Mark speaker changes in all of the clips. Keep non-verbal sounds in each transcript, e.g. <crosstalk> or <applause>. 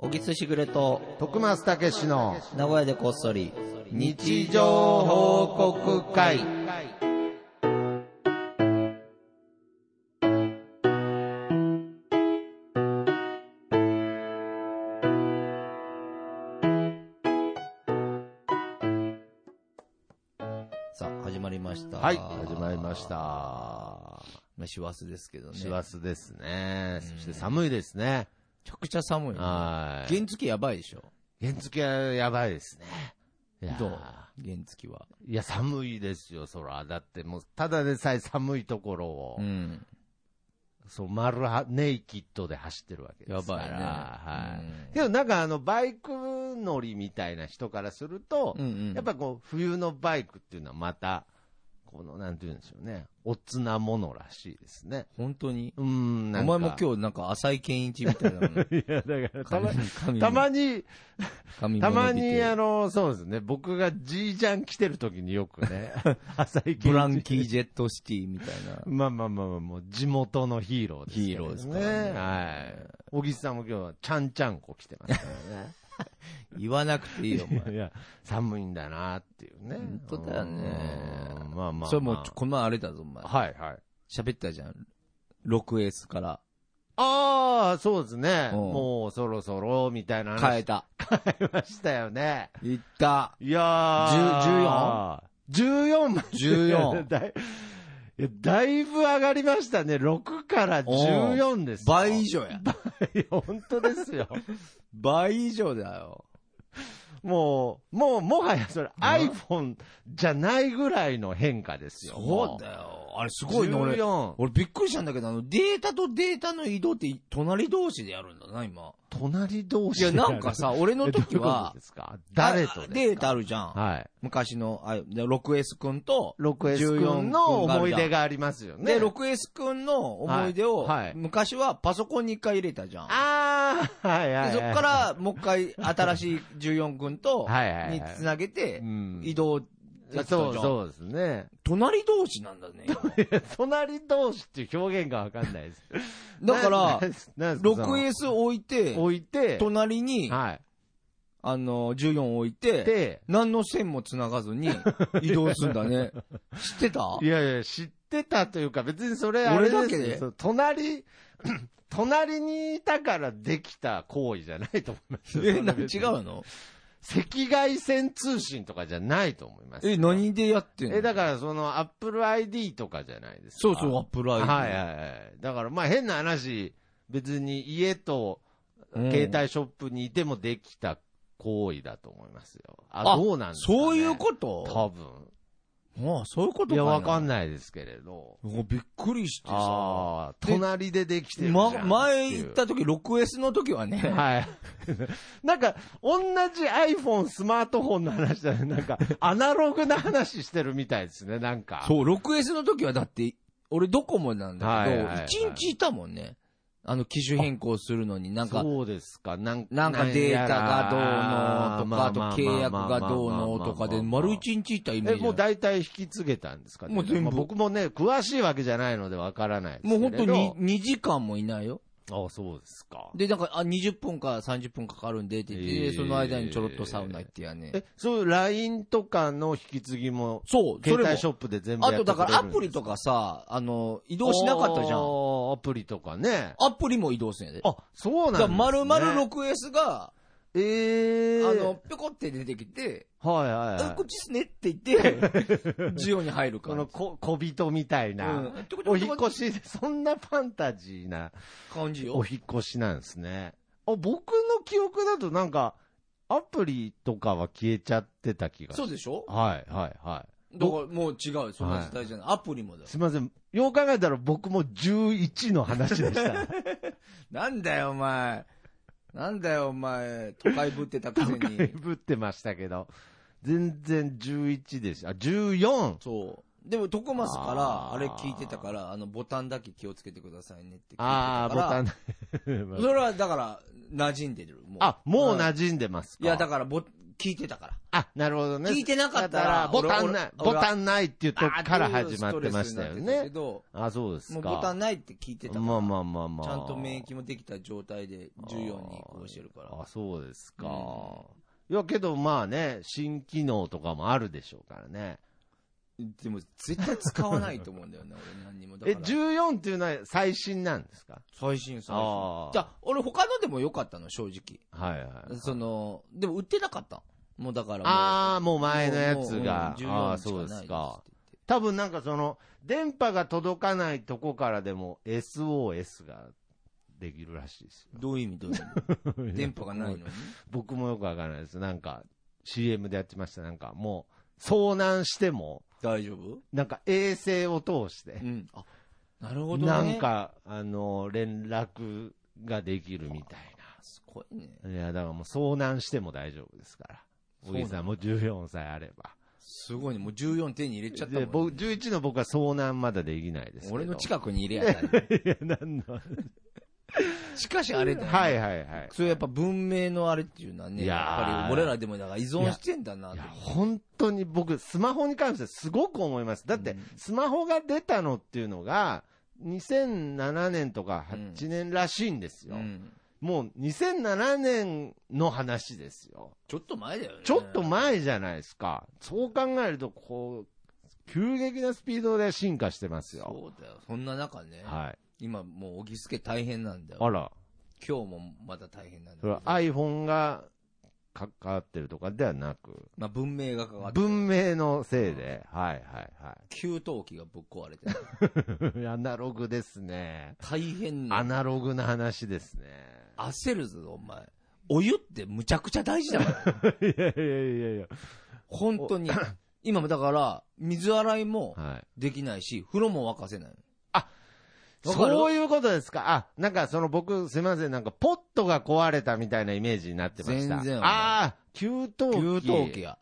Speaker 1: おぎすしぐれと、
Speaker 2: 徳松たけしの
Speaker 1: 名古屋でこっそり、
Speaker 2: 日常報告会。
Speaker 1: さあ、始まりました。
Speaker 2: はい、始まりまし。た。
Speaker 1: まあ、師走ですけどね。
Speaker 2: 師走ですね。そして寒いですね。
Speaker 1: めちゃくちゃ寒い、ね。
Speaker 2: はい。
Speaker 1: 原付やばいでしょ。
Speaker 2: 原付はやばいですね。いやー
Speaker 1: どう原付は。
Speaker 2: いや、寒いですよ、そら。だってもう、ただでさえ寒いところを、
Speaker 1: ん。
Speaker 2: そう、丸は、ネイキッドで走ってるわけで
Speaker 1: や
Speaker 2: すか
Speaker 1: ば
Speaker 2: ら。
Speaker 1: いね。
Speaker 2: はい。けどなんかあの、バイク乗りみたいな人からすると、
Speaker 1: うんうん
Speaker 2: やっぱこう、冬のバイクっていうのはまた、この、なんて言うんでしょうね。おつなものらしいですね。
Speaker 1: 本当に。
Speaker 2: うーん、
Speaker 1: お
Speaker 2: な
Speaker 1: 前
Speaker 2: んか。
Speaker 1: も今日なんか浅井健一みたい
Speaker 2: <laughs>
Speaker 1: なの。
Speaker 2: 日。いや、だから、たまに、
Speaker 1: に
Speaker 2: たまに、
Speaker 1: 髪
Speaker 2: た
Speaker 1: も
Speaker 2: ま
Speaker 1: 伸びて
Speaker 2: に、あの、そうですね。僕がじいちゃん来てる時によく
Speaker 1: <laughs>
Speaker 2: ね、浅井
Speaker 1: ブランキ
Speaker 2: キ
Speaker 1: ー・ジェット・シティみたいな。
Speaker 2: まあまあまあまあ、もう地元のヒーローですけ
Speaker 1: ヒー
Speaker 2: れど
Speaker 1: ローですからね
Speaker 2: はい。小木さんも今日は、ちゃんちゃんこ来てますからね。
Speaker 1: 言わなくてい <laughs> いよ、お
Speaker 2: <laughs>
Speaker 1: 前。
Speaker 2: いや、寒いんだなっていうね。
Speaker 1: 本当だよね
Speaker 2: うん。まあまあ、まあ。
Speaker 1: それもう、この前あれだぞ、お前。
Speaker 2: はいはい。
Speaker 1: 喋ったじゃん。6S から
Speaker 2: ああ、そうですね。
Speaker 1: うん
Speaker 2: もうそろそろ、みたいな
Speaker 1: 変え
Speaker 2: 話
Speaker 1: た。
Speaker 2: 変えましたよね。
Speaker 1: 行った。
Speaker 2: いやー。14?14 まで。
Speaker 1: 14
Speaker 2: <laughs> だいいやだいぶ上がりましたね。6から14ですよ。
Speaker 1: 倍以上や。
Speaker 2: <laughs> いや本当ですよ。
Speaker 1: 倍以上だよ。
Speaker 2: もう、もう、もはやそれ iPhone じゃないぐらいの変化ですよ。
Speaker 1: そうだよ。あれすごいね、俺。
Speaker 2: 14
Speaker 1: 俺びっくりしたんだけど、あの、データとデータの移動って隣同士でやるんだな、今。
Speaker 2: 隣同
Speaker 1: い
Speaker 2: 士
Speaker 1: や、
Speaker 2: で
Speaker 1: なんか
Speaker 2: <laughs>
Speaker 1: さ、 <laughs> 俺の時
Speaker 2: どういうこ
Speaker 1: は
Speaker 2: と、ですか誰と
Speaker 1: あ
Speaker 2: ですか
Speaker 1: データあるじゃん。
Speaker 2: はい。
Speaker 1: 昔の、あ、で 6S 君と、
Speaker 2: 6S
Speaker 1: 14
Speaker 2: 君の思い出
Speaker 1: が
Speaker 2: がありますよ
Speaker 1: で、
Speaker 2: ね。
Speaker 1: 6S 君の思い出を、
Speaker 2: はいはい
Speaker 1: 昔はパソコンに一回入れたじゃん。
Speaker 2: あー、はいはい、
Speaker 1: で
Speaker 2: はい。
Speaker 1: そこか、ら、もう一回、新しい14君と、
Speaker 2: はいはいはい
Speaker 1: につなげて
Speaker 2: う、ん、
Speaker 1: 移動やってたじゃ
Speaker 2: そ
Speaker 1: ん。
Speaker 2: うそうです
Speaker 1: <laughs>
Speaker 2: ね。
Speaker 1: 隣同士なん
Speaker 2: <laughs>
Speaker 1: だね。
Speaker 2: 隣同士っていう表現がわかんないです。
Speaker 1: 今だから
Speaker 2: な、ななんですか
Speaker 1: 6S 置い
Speaker 2: そ
Speaker 1: て
Speaker 2: の、置いて、
Speaker 1: 隣に、
Speaker 2: は
Speaker 1: あの、14置い
Speaker 2: い。
Speaker 1: て、
Speaker 2: で、
Speaker 1: 何の線も繋がずに移動するんだ
Speaker 2: <laughs>
Speaker 1: ね。知ってた
Speaker 2: いやいや、知ってたというか、別にそれ、あ
Speaker 1: 俺
Speaker 2: れです
Speaker 1: だ
Speaker 2: よ
Speaker 1: けで
Speaker 2: そう隣、 <clears throat> 隣にいたからできた行為じゃないと思いますよ。
Speaker 1: え、な違う
Speaker 2: 赤
Speaker 1: の
Speaker 2: 外線通信とかじゃないと思いますよ。
Speaker 1: え、何でやってんの
Speaker 2: え、だからその、Apple ID とかじゃないですか。
Speaker 1: そうそう、アップライト。
Speaker 2: はいはいはい。だから、まあ変な話、別に家と
Speaker 1: うん
Speaker 2: 携帯ショップにいてもできた行為だと思いますよ。
Speaker 1: あ
Speaker 2: あ、どうなんですか、ね、
Speaker 1: そういうこと
Speaker 2: 多
Speaker 1: と
Speaker 2: 分。
Speaker 1: ああ、そういうことか
Speaker 2: いや、わか
Speaker 1: なん
Speaker 2: ないですけれど。
Speaker 1: い。もうびっくりしてさ。
Speaker 2: ああ、
Speaker 1: で
Speaker 2: 隣でできてるじゃん
Speaker 1: ま
Speaker 2: ていう。
Speaker 1: 前行った時、6S の時はね、
Speaker 2: はい。 <laughs> なんか、同じ iPhone、スマートフォンの話だね。なんか、アナログな話してるみたいですね、なんか。
Speaker 1: そう、6S の時はだって、俺ドコモなんだけ
Speaker 2: はい
Speaker 1: ど、
Speaker 2: はいはい
Speaker 1: 1日いたもんね。あの、機種変更するのに、なんか、
Speaker 2: そうですか、なん
Speaker 1: なんかデータがどうのと
Speaker 2: ま
Speaker 1: か、
Speaker 2: あ
Speaker 1: あと
Speaker 2: まあまあ
Speaker 1: 契約がどうのとかで、丸
Speaker 2: 一
Speaker 1: 1日いたイメ
Speaker 2: え、
Speaker 1: ージだ
Speaker 2: もう大体引き継げたんですかね。
Speaker 1: もう全部
Speaker 2: まあ僕もね、詳しいわけじゃないのでわからないです
Speaker 1: も
Speaker 2: け
Speaker 1: う
Speaker 2: れど。
Speaker 1: 本当に2時間もいないよ。
Speaker 2: ああ、そうですか。
Speaker 1: で、なんか、あ、20分か30分かかるんでって言って、
Speaker 2: えー
Speaker 1: その間にちょろっとサウナ行ってやね。
Speaker 2: え、そういう LINE とかの引き継ぎも、
Speaker 1: そう、そ
Speaker 2: 携
Speaker 1: れも
Speaker 2: 帯。ショップで全部や
Speaker 1: あ
Speaker 2: って
Speaker 1: と
Speaker 2: く
Speaker 1: だ
Speaker 2: れるん
Speaker 1: か
Speaker 2: です
Speaker 1: らアプリとかさ、あの、移動しなかったじゃ
Speaker 2: あ
Speaker 1: ん。
Speaker 2: ーアプリとかね。
Speaker 1: アプリも移動すんやで。
Speaker 2: あ、そう
Speaker 1: だ
Speaker 2: な
Speaker 1: か
Speaker 2: んで
Speaker 1: ら
Speaker 2: すね。
Speaker 1: 丸々 6S が、
Speaker 2: え
Speaker 1: あ
Speaker 2: え
Speaker 1: の、、ぴょこって出てきて、
Speaker 2: はいはい、
Speaker 1: あ
Speaker 2: は
Speaker 1: こ
Speaker 2: い
Speaker 1: っ。ちっすねって言
Speaker 2: <laughs>
Speaker 1: って、ジオに入るか
Speaker 2: こ
Speaker 1: ら
Speaker 2: の。こ小人みたいな
Speaker 1: うんちょこちょ、こ
Speaker 2: お引っ越しで、そんなファンタジーな
Speaker 1: 感じよ
Speaker 2: お。引っ越しなんですね。あ、僕の記憶だとなんか、アプリとかは消えちゃってた気が
Speaker 1: そうでしょ
Speaker 2: はいはいは
Speaker 1: だからもう違う、そんな時代じゃない。アプリもだよ
Speaker 2: い。。すみません。よう考えたら僕も11の話でした。
Speaker 1: <laughs> なんだよ、お前。なんだよ、お前。都会ぶってたくせ
Speaker 2: <laughs>
Speaker 1: に。
Speaker 2: ぶってましたけど、全然11でした。あ、14!
Speaker 1: そう。でも、徳松から、
Speaker 2: あー
Speaker 1: あれ聞いてたから、あの、ボタンだけ気をつけてくださいねって聞いてたから。
Speaker 2: ああ、ボタン。 <laughs>
Speaker 1: それは、だから、馴染んでる。もう
Speaker 2: あ、もう
Speaker 1: 馴
Speaker 2: 馴染んでますか。
Speaker 1: いや、だから、ぼ、聞いてたから。
Speaker 2: あ、なるほどね。
Speaker 1: 聞いてなかったら
Speaker 2: だボタンない、
Speaker 1: 俺俺
Speaker 2: ボタンないっていうとこから
Speaker 1: あーっていう
Speaker 2: 始まってました
Speaker 1: ストレ
Speaker 2: よ
Speaker 1: スになってたけ
Speaker 2: ね。
Speaker 1: ど
Speaker 2: あ、そうです
Speaker 1: も
Speaker 2: か。
Speaker 1: うボタンないって聞いてたから。
Speaker 2: まあまあまあまあ。
Speaker 1: ちゃんと免疫もできた状態で14にこうしてるから。
Speaker 2: あ、そうですか。
Speaker 1: う
Speaker 2: いや、けどまあね、新機能とかもあるでしょうからね。
Speaker 1: でも絶対使わないと思うんだよね、 <laughs> 俺何にも。だか
Speaker 2: え、
Speaker 1: ら
Speaker 2: 14っていうのは最新なんですか
Speaker 1: 最新最新。
Speaker 2: あ
Speaker 1: じゃあ、俺他のでも良かったの、正直。
Speaker 2: あ。はいはい。
Speaker 1: その、でも売ってなかった。もうだからもう。
Speaker 2: ああ、もう前のや
Speaker 1: もうもう
Speaker 2: つが。
Speaker 1: うん
Speaker 2: あ
Speaker 1: 14
Speaker 2: あ、
Speaker 1: しか
Speaker 2: そ
Speaker 1: な
Speaker 2: う
Speaker 1: いです
Speaker 2: です
Speaker 1: って言っ
Speaker 2: か。
Speaker 1: て
Speaker 2: 多分なんかその、電波が届かないとこからでも SOS ができるらしいですよ。
Speaker 1: どういう意味どういう意
Speaker 2: <laughs>
Speaker 1: 味電波がないのに。
Speaker 2: 僕もよくわからないです。なんか、CM でやってました。なんかもう、遭難しても、
Speaker 1: 大丈夫
Speaker 2: なんか衛星を通して
Speaker 1: う、ん。あ、なるほどね。
Speaker 2: なん。か、あの、連絡ができるみたい
Speaker 1: すごいね。
Speaker 2: な。いや、だからもう遭難しても大丈夫ですから。
Speaker 1: そうな
Speaker 2: 小
Speaker 1: んだ
Speaker 2: 木さんも14歳あれば。
Speaker 1: すごいね。もう14手に入れちゃったも
Speaker 2: で、
Speaker 1: ん
Speaker 2: 僕、
Speaker 1: ね、
Speaker 2: 11の僕は遭難まだできないですけど。
Speaker 1: 俺の近くに入れやったね
Speaker 2: いや、なんの。
Speaker 1: しかしあれだよ、ね。
Speaker 2: はいはいはい。
Speaker 1: そうやっぱ文明のあれっていうのはね、
Speaker 2: いやー
Speaker 1: やっぱり俺らでもだから依存してんだないと
Speaker 2: や、
Speaker 1: 思う
Speaker 2: 本当に僕、スマホに関してすごく思います。だっ
Speaker 1: う
Speaker 2: て
Speaker 1: ん、
Speaker 2: スマホが出たのっていうのが、2007年とか
Speaker 1: うん
Speaker 2: 8年らしいんですよ。
Speaker 1: うん
Speaker 2: もう2007年の話ですよ。
Speaker 1: ちょっと前だよね。
Speaker 2: ちょっと前じゃないですか。そう考えると、こう、急激なスピードで進化してますよ。
Speaker 1: そうだよ。そんな中ね、
Speaker 2: はい。
Speaker 1: 今もう小木助大変なんだよ。
Speaker 2: あら、
Speaker 1: 今日もまだ大変なんだ
Speaker 2: そ
Speaker 1: け
Speaker 2: れ
Speaker 1: ど
Speaker 2: は iPhone が関わってるとかではなく、
Speaker 1: まあ文明が変わって、
Speaker 2: 文明のせいで、はいはいはい。
Speaker 1: 給湯器がぶっ壊れ
Speaker 2: <laughs>
Speaker 1: てる、
Speaker 2: アナログですね。
Speaker 1: 大変
Speaker 2: ア
Speaker 1: な。
Speaker 2: ナログな話で
Speaker 1: <laughs>
Speaker 2: すね。
Speaker 1: 焦るぞ、お前。お湯ってむちゃくちゃ大事だ
Speaker 2: <laughs>
Speaker 1: から。
Speaker 2: いやいやいやいや。
Speaker 1: 本当に。 <laughs> 今もだから、水洗いも
Speaker 2: はい。
Speaker 1: できないし、風呂も沸かせない。わかる
Speaker 2: そういうことですか。あ、なんかその僕、すいません、なんかポットが壊れたみたいなイメージになってました。
Speaker 1: 全然
Speaker 2: ああ、給湯
Speaker 1: 給
Speaker 2: 器。
Speaker 1: 湯器や。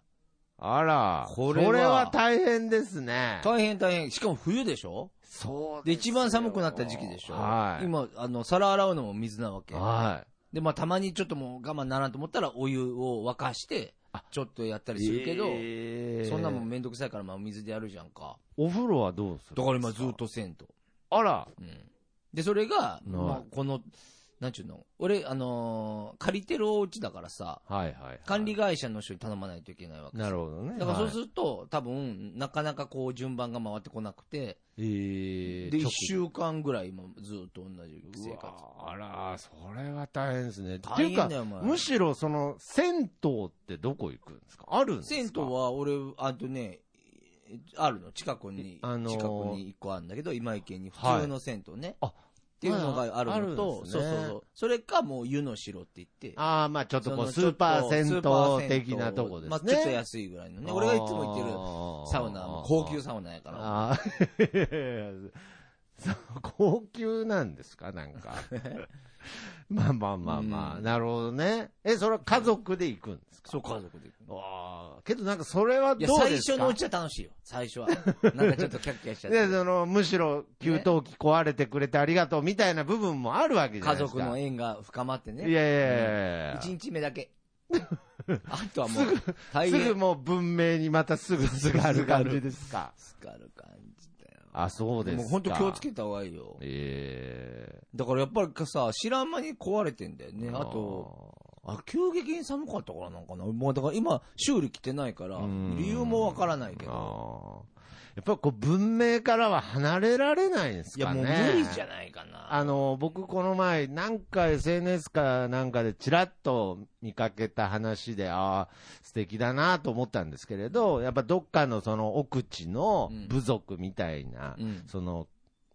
Speaker 2: あら。
Speaker 1: これは
Speaker 2: それは大変ですね。
Speaker 1: 大変大変。しかも冬でしょ
Speaker 2: そう
Speaker 1: で、
Speaker 2: すよ
Speaker 1: 一番寒くなった時期でしょ
Speaker 2: はい。
Speaker 1: 今、あの、皿洗うのも水なわけ。
Speaker 2: はい。
Speaker 1: で、まあ、たまにちょっともう我慢ならんと思ったら、お湯を沸かして
Speaker 2: あ、
Speaker 1: ちょっとやったりするけど、
Speaker 2: えー
Speaker 1: そんなもんめんどくさいから、まあ、水でやるじゃんか。
Speaker 2: お風呂はどうするんです
Speaker 1: だから今ずっ。と銭湯。
Speaker 2: あら。
Speaker 1: うん。で、それが、
Speaker 2: い
Speaker 1: まあ、この、なんちゅうの俺、あのー借りてるお家だからさ、
Speaker 2: はいはいはい。
Speaker 1: 管理会社の人に頼まないといけないわけ。
Speaker 2: なるほどね。
Speaker 1: だからそうす
Speaker 2: はい
Speaker 1: ると、多分、なかなかこう、順番が回ってこなくて、
Speaker 2: えー
Speaker 1: で、
Speaker 2: 直
Speaker 1: 一週間ぐらい今ずっと同じ生活。
Speaker 2: うわあら、それは大変ですね。
Speaker 1: 大変
Speaker 2: って
Speaker 1: だ
Speaker 2: い
Speaker 1: よ
Speaker 2: う
Speaker 1: お
Speaker 2: か、
Speaker 1: 前
Speaker 2: むしろその、銭湯ってどこ行くんですかあるんですか
Speaker 1: 銭湯は俺、あとね、あるの、近くに、
Speaker 2: あのー
Speaker 1: 近くに一個あるんだけど、今池に普通の銭湯ね。
Speaker 2: はいあ
Speaker 1: っていうのがあるの
Speaker 2: あるん
Speaker 1: と、
Speaker 2: です
Speaker 1: そう
Speaker 2: ね
Speaker 1: そうそう。それかもう湯の城って言って、
Speaker 2: ああ、まあちょっとこう、
Speaker 1: その
Speaker 2: ス
Speaker 1: ちょ
Speaker 2: ー
Speaker 1: っと
Speaker 2: パー
Speaker 1: スパー
Speaker 2: 銭
Speaker 1: 銭
Speaker 2: 湯的なとこですね。
Speaker 1: まあちょっと安いぐらいのね。俺がいつも行ってる
Speaker 2: る
Speaker 1: サウナも高級サウナやから。
Speaker 2: ああ、いやいやいや <laughs> そう高級なんですかなん
Speaker 1: <laughs>
Speaker 2: か。まあまあまあまあ、
Speaker 1: うん
Speaker 2: なるほどね。え、それは家族で行くんですか
Speaker 1: そう、家族で行く。
Speaker 2: ああ、けどなんかそれはど
Speaker 1: いう
Speaker 2: で
Speaker 1: や、
Speaker 2: すか
Speaker 1: 最初のうちは楽しいよ。最初は。なんかちょっとキャッキャ
Speaker 2: <laughs>
Speaker 1: しちゃっ
Speaker 2: で、
Speaker 1: て。
Speaker 2: その、むしろ、給湯器壊れてくれてありがとうみたいな部分もあるわけじゃ
Speaker 1: 家
Speaker 2: ないです
Speaker 1: 族
Speaker 2: か。
Speaker 1: の縁が深まって
Speaker 2: い
Speaker 1: ね。
Speaker 2: やいやいやいや
Speaker 1: 一日目だ <laughs> け。あとはもう、大
Speaker 2: すぐ
Speaker 1: 変。
Speaker 2: もう文明にまたすぐすがる感じですか。
Speaker 1: つかる感じだよ。
Speaker 2: あ、そうですか。
Speaker 1: もう本当気をつけた方がいいよ。
Speaker 2: え
Speaker 1: だからやっぱりさ、知らん間に壊れてんだよ
Speaker 2: え
Speaker 1: ね。あと、、あ、急激に寒かったからなんかな。もうだから今、修理来てないから
Speaker 2: うん、
Speaker 1: 理由もわからない
Speaker 2: あ
Speaker 1: け
Speaker 2: ー
Speaker 1: ど。
Speaker 2: あーやっぱりこう、文明からは離れられないんです
Speaker 1: いや、
Speaker 2: かね。
Speaker 1: もう無理じゃないかな。
Speaker 2: あの、僕この前、なんか SNS かなんかでチラッと見かけた話で、ああ、素敵だなと思ったんですけれど、やっぱどっかのその奥地の
Speaker 1: うん
Speaker 2: 部族みたいな、
Speaker 1: うん
Speaker 2: その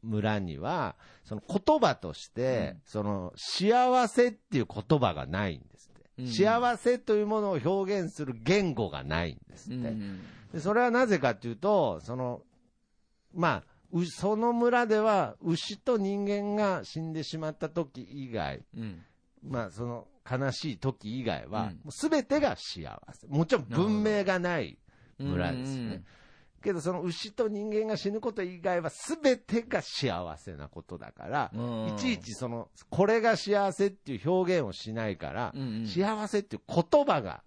Speaker 2: 村には、その言葉として、
Speaker 1: う
Speaker 2: その幸せっていう言葉がないんですって。
Speaker 1: うん
Speaker 2: 幸せというものを表現する言語がないんですって。
Speaker 1: うん
Speaker 2: で、それはなぜかっていうと、その、まあ、うその村では牛と人間が死んでしまった時以外、
Speaker 1: うん。
Speaker 2: まあその悲しい時以外
Speaker 1: うん
Speaker 2: は、すべてが幸せ。もちろん文明がない村です
Speaker 1: うんうんう
Speaker 2: ね
Speaker 1: ん。
Speaker 2: けどその牛と人間が死ぬこと以外はすべてが幸せなことだから、
Speaker 1: うん
Speaker 2: いちいちその、これが幸せっていう表現をしないから
Speaker 1: うんう、ん
Speaker 2: 幸せっていう言葉が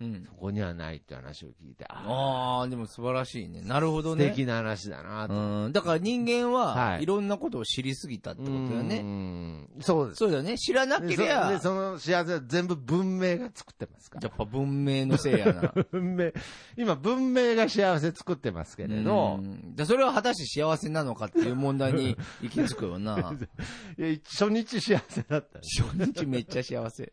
Speaker 1: うん
Speaker 2: そ。こにはないって話を聞いて、あ
Speaker 1: ああ、でも素晴らしいね。なるほ
Speaker 2: あ、
Speaker 1: ど
Speaker 2: 素
Speaker 1: ね。
Speaker 2: 敵な話だなと。
Speaker 1: うん。だから人間
Speaker 2: は
Speaker 1: はいいろんなことを知りすぎたってことだよね。
Speaker 2: ね。そうです。
Speaker 1: そうだよね。知らな
Speaker 2: で
Speaker 1: け
Speaker 2: そ
Speaker 1: りゃ、や
Speaker 2: でその幸せは全部文明が作ってますから。
Speaker 1: っぱ文明のせいやな。
Speaker 2: 文明、今文明が幸せ作ってますけ
Speaker 1: け
Speaker 2: れど、
Speaker 1: でそれは果たして幸せなのかっていう問題
Speaker 2: <laughs>
Speaker 1: に行き着くよな。
Speaker 2: いや初日幸せだったんです
Speaker 1: 初日めっちゃ幸せ。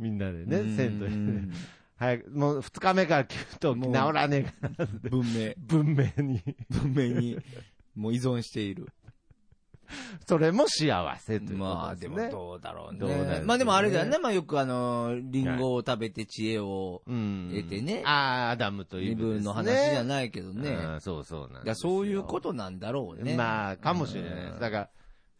Speaker 2: みんなでね、銭湯
Speaker 1: う
Speaker 2: にね
Speaker 1: ん。
Speaker 2: 早く、もう二日目から給湯器
Speaker 1: も
Speaker 2: 治
Speaker 1: う
Speaker 2: らねえから、
Speaker 1: 文明、
Speaker 2: 文明に。
Speaker 1: 文明にもう依存している。
Speaker 2: それも幸せという
Speaker 1: ま
Speaker 2: こと
Speaker 1: あ
Speaker 2: で
Speaker 1: です
Speaker 2: ね。
Speaker 1: もどうだろうね。
Speaker 2: どうだろうね
Speaker 1: まあでもあれだよね。まあよくあの、リンゴを食べて知恵を
Speaker 2: うん。
Speaker 1: 得てね
Speaker 2: ああ、アダムとイ
Speaker 1: 身
Speaker 2: ブです、ね。
Speaker 1: 分の話じゃ
Speaker 2: な
Speaker 1: ないけどね。だか
Speaker 2: そうそうなんですよ
Speaker 1: らそういうことなんだろうね。
Speaker 2: まあ、かもしれないです。
Speaker 1: か
Speaker 2: だから、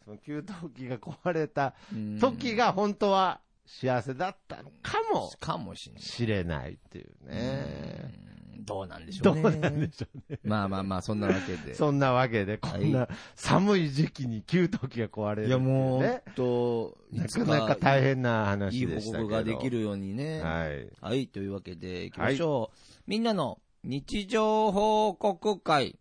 Speaker 2: その給湯器が壊れた
Speaker 1: ら
Speaker 2: 時が本当は幸せだったのかも
Speaker 1: かもしれない。
Speaker 2: しれないっていうね。
Speaker 1: うんどうなんでしょ
Speaker 2: ど
Speaker 1: う
Speaker 2: う
Speaker 1: ね。
Speaker 2: なんでしょうね。
Speaker 1: まあまあまあ、そんなわけで。
Speaker 2: そんなわけで、こんな寒い時期に給湯器が壊れるって
Speaker 1: いやもう、
Speaker 2: ね。
Speaker 1: と、い
Speaker 2: な
Speaker 1: つ
Speaker 2: かなか大変ない
Speaker 1: い
Speaker 2: 話でし
Speaker 1: 報
Speaker 2: たけど。
Speaker 1: 告ができるようにね。はい。
Speaker 2: はい。
Speaker 1: というわけで、行きましょう。みんなの日常報告会。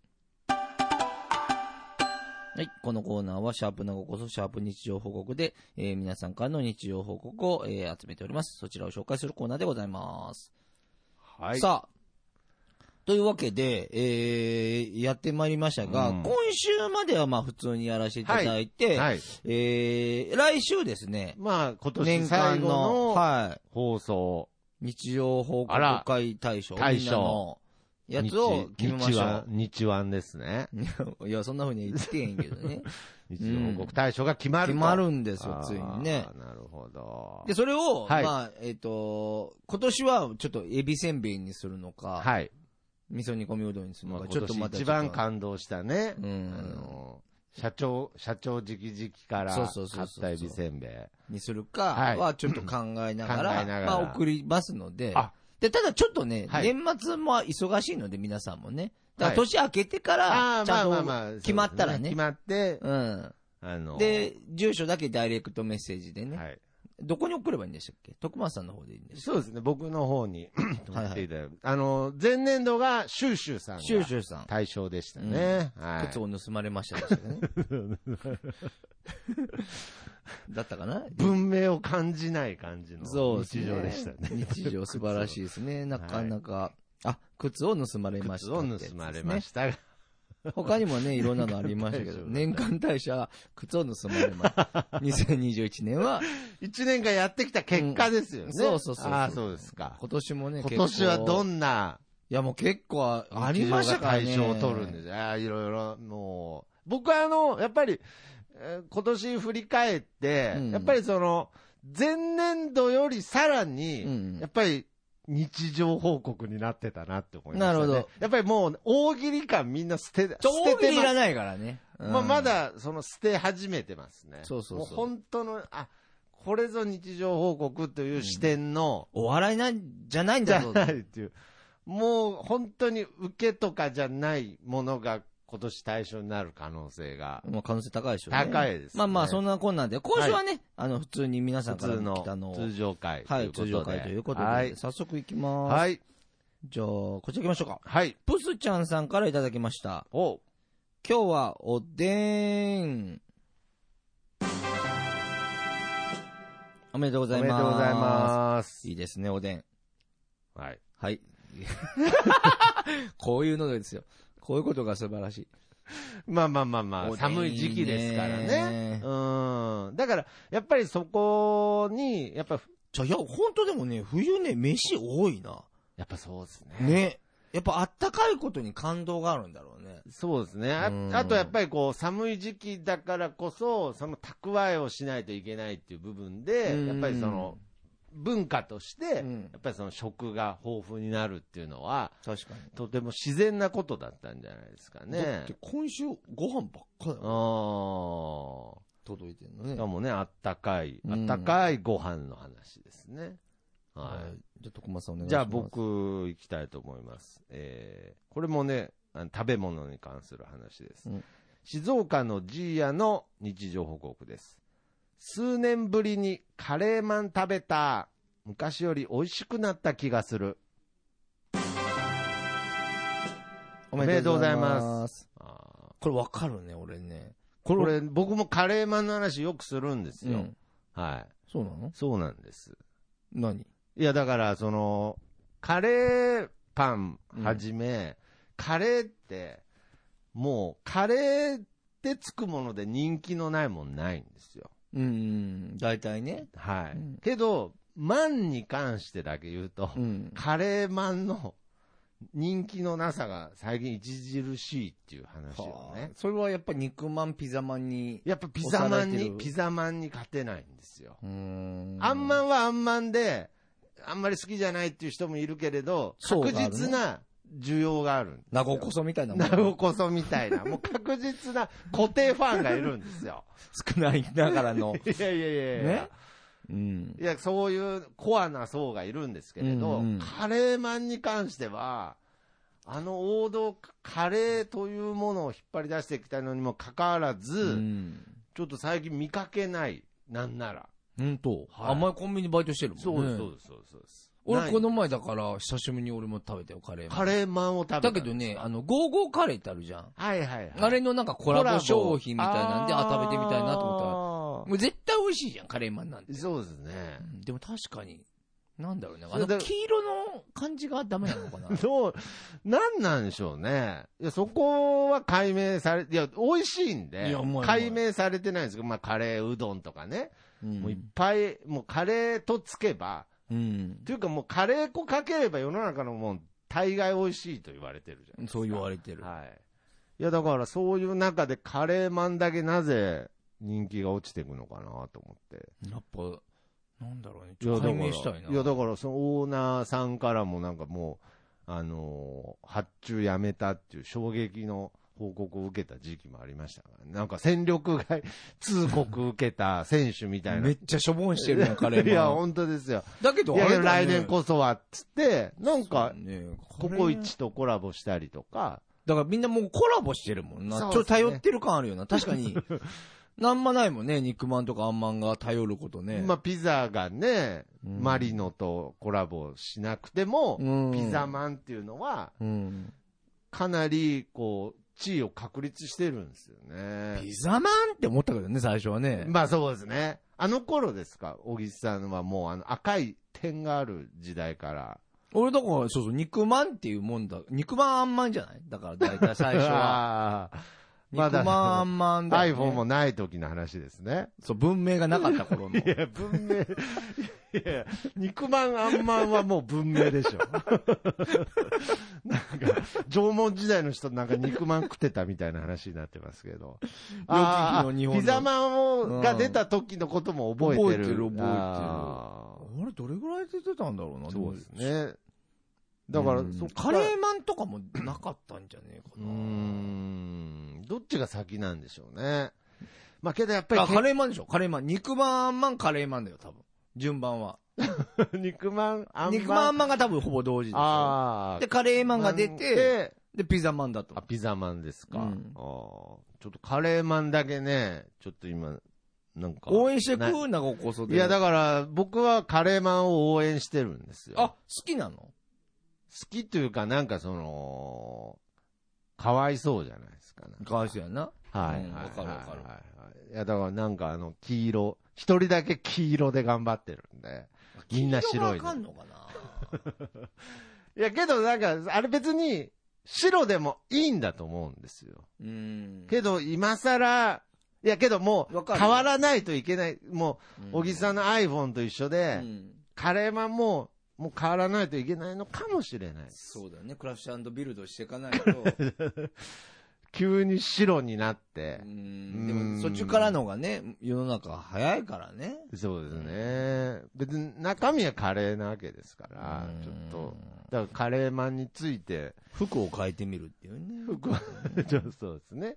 Speaker 1: はい。このコーナーは、シャープなごこそ、シャープ日常報告で、えー皆さんからの日常報告を、えー集めております。そちらを紹介するコーナーでございます。
Speaker 2: はい。
Speaker 1: さあ、というわけで、えーやってまいりましたが、
Speaker 2: うん
Speaker 1: 今週まではまあ普通にやらせていただいて、
Speaker 2: はい。
Speaker 1: えー来週ですね、
Speaker 2: まあ、今年
Speaker 1: 年
Speaker 2: 最
Speaker 1: 間
Speaker 2: 後
Speaker 1: の
Speaker 2: の
Speaker 1: は
Speaker 2: 放送。
Speaker 1: い、日常報
Speaker 2: あら
Speaker 1: 告会大賞、
Speaker 2: 大賞
Speaker 1: みんなのやつを決めましょう。
Speaker 2: 日ワンですね。
Speaker 1: いや、そんな風に言ってへんけど
Speaker 2: <laughs>
Speaker 1: ね。
Speaker 2: 日曜報告大賞が決まると。
Speaker 1: 決まるんですよ
Speaker 2: あ、ー
Speaker 1: ついにね。
Speaker 2: なるほど。
Speaker 1: で、それを、
Speaker 2: はい
Speaker 1: まあ、えっ、と、今年はちょっとエビせんべいにするのか、
Speaker 2: はい。
Speaker 1: 味噌煮込みうどんにする
Speaker 2: ま
Speaker 1: の
Speaker 2: あ、
Speaker 1: か、
Speaker 2: 今年一番感動したね。
Speaker 1: う
Speaker 2: あ
Speaker 1: ん。
Speaker 2: の、社長、社長直々から
Speaker 1: そう
Speaker 2: 買
Speaker 1: そうそう
Speaker 2: っ
Speaker 1: そう
Speaker 2: たエビせんべい。
Speaker 1: にするか
Speaker 2: はい
Speaker 1: はちょっと考えながら、
Speaker 2: 考えながら
Speaker 1: まあ送りますので
Speaker 2: あ、
Speaker 1: で、ただちょっとね、
Speaker 2: はい
Speaker 1: 年末も忙しいので皆さんもね、だか
Speaker 2: はい
Speaker 1: ら年明けてから、ちゃんと、
Speaker 2: あ
Speaker 1: 決まったらね
Speaker 2: そうです決まって、あ
Speaker 1: う
Speaker 2: の、
Speaker 1: ん。で、住所だけダイレクトメッセージでね、
Speaker 2: はい。
Speaker 1: どこに送ればいいんでしたっけ徳松さんの方でいいんでし
Speaker 2: そうですね、僕の方に、送っていただいてあの、前年度がシューシューさん
Speaker 1: た
Speaker 2: が。
Speaker 1: シューシューさん、
Speaker 2: 対象でしたね。はい。
Speaker 1: 靴を盗まれましたでしたね。
Speaker 2: <laughs>
Speaker 1: だったかな
Speaker 2: 文明を感じない感じの
Speaker 1: そうですね
Speaker 2: 日常でしたね。
Speaker 1: 日常素晴らしいです
Speaker 2: <laughs>
Speaker 1: ね。なかなか、あ、靴を盗まれまし
Speaker 2: 靴
Speaker 1: たっ
Speaker 2: を
Speaker 1: てやつです
Speaker 2: 盗
Speaker 1: ね。
Speaker 2: まれましたが、
Speaker 1: 他にも <laughs> ね、いろんなのありましたけど、 <laughs> 年間大社、靴を盗まれま <laughs> した。2021年は、
Speaker 2: 一年間やってきた結果ですよね。
Speaker 1: うんそうそうそうそう
Speaker 2: ああ、そうですか。
Speaker 1: 今年もね、
Speaker 2: 今年はど
Speaker 1: んい
Speaker 2: んな、
Speaker 1: やもう結構ありましたからね。。
Speaker 2: 対象を取るんですすああ、いろいろ、もう、僕はあの、やっぱり、えー今年振り返って、
Speaker 1: うん
Speaker 2: やっぱりその、前年度よりさらに、
Speaker 1: うん
Speaker 2: やっぱり、日常報告になってたなって思いました、ね。
Speaker 1: なるほど。
Speaker 2: やっぱりもう、大喜利感みんな捨て、捨
Speaker 1: ちょ、
Speaker 2: て
Speaker 1: 大喜
Speaker 2: て
Speaker 1: 利い
Speaker 2: ます
Speaker 1: らないからね。うん
Speaker 2: まあ、ま、だ、その、捨て始めてますね。
Speaker 1: そうそうそう
Speaker 2: も本当の、あ、これぞ日常報告という視点の、
Speaker 1: お笑いなんじゃないん
Speaker 2: じ
Speaker 1: だ <laughs>
Speaker 2: ゃ
Speaker 1: ぞ。
Speaker 2: ないっていう。もう、本当に受けとかじゃないものが、今年対象になる可能性が、
Speaker 1: まあ可能性高いでしょうね。
Speaker 2: 高いです、ね。
Speaker 1: まあまあ、そんなこんなんで、今週はね、あの、普通に皆さ
Speaker 2: 普
Speaker 1: んから
Speaker 2: 通
Speaker 1: 来たの
Speaker 2: の
Speaker 1: を、
Speaker 2: 通常会と
Speaker 1: はいい、
Speaker 2: うこと
Speaker 1: 通
Speaker 2: で。
Speaker 1: 常会ということで、
Speaker 2: はい。
Speaker 1: 早速行きます。
Speaker 2: はい。
Speaker 1: じゃあ、こちら行きましょうか。
Speaker 2: はい。
Speaker 1: プスちゃんさんからいただきました。
Speaker 2: お
Speaker 1: 今日はおでーん。おめでとうご
Speaker 2: おめ
Speaker 1: ざい
Speaker 2: で
Speaker 1: ます。
Speaker 2: とうございます。
Speaker 1: いいですね、おでん。
Speaker 2: はい。 <laughs>
Speaker 1: はい。こういうのですよ。こういうことが素晴らしい。
Speaker 2: まあまあまあま
Speaker 1: お
Speaker 2: あ、
Speaker 1: でん
Speaker 2: 寒い時期ですからね
Speaker 1: ね。
Speaker 2: うん。だから、やっぱりそこに、やっぱ、
Speaker 1: じゃ、いや、本当でもね、冬ね、飯多いな。
Speaker 2: やっぱそうですね。
Speaker 1: ね。やっぱあったかいことに感動があるんだろうね。
Speaker 2: そうですね。あ
Speaker 1: うん
Speaker 2: あとやっぱりこう、寒い時期だからこそ、その蓄えをしないといけないっていう部分で、
Speaker 1: うん
Speaker 2: やっぱりその、文化として、
Speaker 1: うん
Speaker 2: やっぱりその食が豊富になるっていうのは、
Speaker 1: 確かに。
Speaker 2: とても自然なことだったんじゃないですか
Speaker 1: だ
Speaker 2: ね
Speaker 1: って。今週ご飯ばっかだ
Speaker 2: あ
Speaker 1: よ。
Speaker 2: ー
Speaker 1: 届いてんの
Speaker 2: し
Speaker 1: ね。
Speaker 2: かもね、あったかい、
Speaker 1: う
Speaker 2: あっ
Speaker 1: ん
Speaker 2: たかいご飯の話ですね。は。
Speaker 1: はいい。じゃあ、徳間さんお願いします。
Speaker 2: じゃあ僕行きたいと思います。えーこれもね、あの食べ物に関する話です。
Speaker 1: うん
Speaker 2: 静岡のジーヤの日常報告です。数年ぶりにカレーマン食べた。昔より美味しくなった気がする。
Speaker 1: お。
Speaker 2: めでとうございますあー
Speaker 1: これわかるね、俺ね。
Speaker 2: これ、僕もカレーマンの話よくするんです
Speaker 1: う
Speaker 2: よ。
Speaker 1: ん。
Speaker 2: はい。
Speaker 1: そうなの
Speaker 2: そうなんです。
Speaker 1: 何
Speaker 2: いや、だから、その、カレーパンはじめ、カレーって、もう、カレーってつくもので人気のないもんないんですよ。
Speaker 1: うん、大体ね。
Speaker 2: はい。
Speaker 1: うん
Speaker 2: けど、マンに関してだけ言うと、
Speaker 1: うん。
Speaker 2: カレーマンの人気のなさが最近著しいっていう話を
Speaker 1: はあ
Speaker 2: ね。
Speaker 1: それはやっぱ肉まん、ピザまんに。
Speaker 2: やっぱピザマン
Speaker 1: 抑えられ
Speaker 2: に
Speaker 1: て、る
Speaker 2: ピザマンに勝てないんですよ。
Speaker 1: うーん
Speaker 2: あんまんはあんまんで、あんまり好きじゃないっていう人もいるけれど、
Speaker 1: 層があ
Speaker 2: 確
Speaker 1: るね
Speaker 2: 実な需要があるんですよ。
Speaker 1: 名古屋こそみたいなもん
Speaker 2: なるこそみた
Speaker 1: <laughs>
Speaker 2: いな、もう確実な固定ファンがいるんですよ。
Speaker 1: 少ないながらの。
Speaker 2: いやいやいやいや、
Speaker 1: ね <laughs> うん。
Speaker 2: いや、そういうコアな層がいるんですけれど、
Speaker 1: うんうん
Speaker 2: カレーマンに関しては、あの王道カレーというものを引っ張り出してきたのにもかかわらず、
Speaker 1: うん。
Speaker 2: ちょっと最近見かけない、なんなら。
Speaker 1: 本当。
Speaker 2: はい
Speaker 1: あんまりコンビニバイトしてるもんね。
Speaker 2: そうです、そうです、そうですそうです。な
Speaker 1: 俺
Speaker 2: い
Speaker 1: この前だから、久しぶりに俺も食べたよ、カレー。
Speaker 2: カレーマンを食べたんで
Speaker 1: だ
Speaker 2: す
Speaker 1: けどね、あの、ゴーゴーカレーってあるじゃん。
Speaker 2: はいはいはい。
Speaker 1: あれのなんかコラボ商品みたいなんで、
Speaker 2: コ
Speaker 1: あ
Speaker 2: ラ、ボ
Speaker 1: 食べてみたいなと思ったら、もう絶対美味しいじゃん、カレーマンなんて。
Speaker 2: そうですね
Speaker 1: う。んでも確かに、なんだろうね。
Speaker 2: そ
Speaker 1: あ
Speaker 2: れ
Speaker 1: の
Speaker 2: で
Speaker 1: 黄色の感じがダメなのかな。
Speaker 2: どう、なんなんでしょうね。いや、そこは解明され、いや、美味しいん
Speaker 1: い
Speaker 2: で
Speaker 1: やうまいうま、い
Speaker 2: 解明されてないんですけど、まあ、カレーうどんとかね。
Speaker 1: うん
Speaker 2: <laughs> もういっぱい、もうカレーとつけば、
Speaker 1: うん。
Speaker 2: というかもうカレー粉かければ世の中のもん、大概美味しいと言われてるじゃないですか。
Speaker 1: そう言われてる。
Speaker 2: はい。いや、だからそういう中でカレーマンだけなぜ人気が落ちていくのかなと思って。
Speaker 1: やっぱ、なんだろうね。
Speaker 2: い
Speaker 1: ちょっと
Speaker 2: だ
Speaker 1: 解
Speaker 2: から
Speaker 1: 明したいな。
Speaker 2: いや、だから、そのオーナーさんからもなんかもう、あのー発注やめたっていう衝撃の報告を受けた時期もありましたからね、なんか戦力外通告受けた選手みたいな。
Speaker 1: めっちゃしょぼんしてるやん、カレーマン。
Speaker 2: いや、本当ですよ。
Speaker 1: だけ
Speaker 2: い
Speaker 1: ど、あ
Speaker 2: や、
Speaker 1: れだ、ね、
Speaker 2: 来年こそはっつって、なんか、
Speaker 1: ね、
Speaker 2: コ
Speaker 1: レー
Speaker 2: コイチとコラボしたりとか、
Speaker 1: だからみんなもうコラボしてるもんな。
Speaker 2: そう
Speaker 1: ちょっと
Speaker 2: ですね
Speaker 1: 頼ってる感あるよな。確かに。 <laughs> なんもないもんね、肉まんとかあんまんが頼ることね。
Speaker 2: まあ、ピザがね、
Speaker 1: うん
Speaker 2: マリノとコラボしなくても、
Speaker 1: うん
Speaker 2: ピザマンっていうのは、
Speaker 1: うん。
Speaker 2: かなり、こう、地位を確立してるんですよね。
Speaker 1: ピザマンって思ったけどね、最初はね。
Speaker 2: まあそうですね。あの頃ですか、小木さんはもうあの赤い点がある時代から。
Speaker 1: 俺だから、そうそう、肉まんっていうもんだ。肉まんあんまんじゃないだから大
Speaker 2: <laughs>
Speaker 1: 体最初は。
Speaker 2: ああま
Speaker 1: 肉
Speaker 2: だ
Speaker 1: まんあんまんだよ、ね。
Speaker 2: iPhone もない時の話ですね。
Speaker 1: そう、文明がなかった頃の。
Speaker 2: <laughs> いや、文明。いや、肉まんあんまんはもう文明でしょ。なんか、縄文時代の人なんか肉まん食ってたみたいな話になってますけど。あ
Speaker 1: 良き日の
Speaker 2: あ
Speaker 1: 日本の
Speaker 2: ピザマンを、
Speaker 1: うん
Speaker 2: が出た時のことも覚えてる。
Speaker 1: 覚えてる覚えてる
Speaker 2: ああ
Speaker 1: あれ、どれぐらいで出てたんだろうな、
Speaker 2: そうです
Speaker 1: も。
Speaker 2: ね。だから、
Speaker 1: うん
Speaker 2: そっ
Speaker 1: カ
Speaker 2: から
Speaker 1: レーマンとかもなかったんじゃねえか
Speaker 2: うー
Speaker 1: な。
Speaker 2: ん、どっちが先なんでしょうね。まあ、けどやっぱり
Speaker 1: あ、カレーマンでしょカレーマン。肉まんあんまん、カレーマンだよ、多分。順番は。
Speaker 2: け肉まん、あんまん。
Speaker 1: 肉まんあんまんが多分ほぼ同時でしょ
Speaker 2: ああ。
Speaker 1: で、カレーマンが出て、、で、ピザマンだと
Speaker 2: あ、。ピザマンですか。
Speaker 1: うん
Speaker 2: あーちょっとカレーマンだけね、ちょっと今、なんか。
Speaker 1: 応援して食うな、ごこそで。
Speaker 2: いや、だから、僕はカレーマンを応援してるんですよ。
Speaker 1: あ、
Speaker 2: 好
Speaker 1: 好きなの
Speaker 2: きというか、なんかその、かわいそうじゃないですか。なん
Speaker 1: かわいそうやな。
Speaker 2: はい
Speaker 1: うん
Speaker 2: はい
Speaker 1: わかるわかる
Speaker 2: る。いや、だからなんかあの、黄色、一人だけ黄色で頑張ってるんで。みんな白い
Speaker 1: 色がわかんのかな
Speaker 2: いや、けどなんか、あれ別に、白でもいいんだと思うんですよ。
Speaker 1: うん。
Speaker 2: けど、今更、いや、けども
Speaker 1: わ
Speaker 2: う、
Speaker 1: かる
Speaker 2: 変わらないといけない。もう、小木さん
Speaker 1: の、
Speaker 2: の iPhone と一緒
Speaker 1: う
Speaker 2: で、
Speaker 1: ん
Speaker 2: カレーマンも、もう変わらないといけないのかもしれない。
Speaker 1: そうだよね。クラッシュビルドしていかない <laughs> と。
Speaker 2: 急に白になって
Speaker 1: う。んでも、そっちからの方がね、世の中は早いからね。
Speaker 2: そうですね。別に中身はカレーなわけですから
Speaker 1: うん、
Speaker 2: ちょっと。だからカレーマンについて、
Speaker 1: 服を変えてみるっていうね。
Speaker 2: 服は、 <laughs> ちょっとそうですね。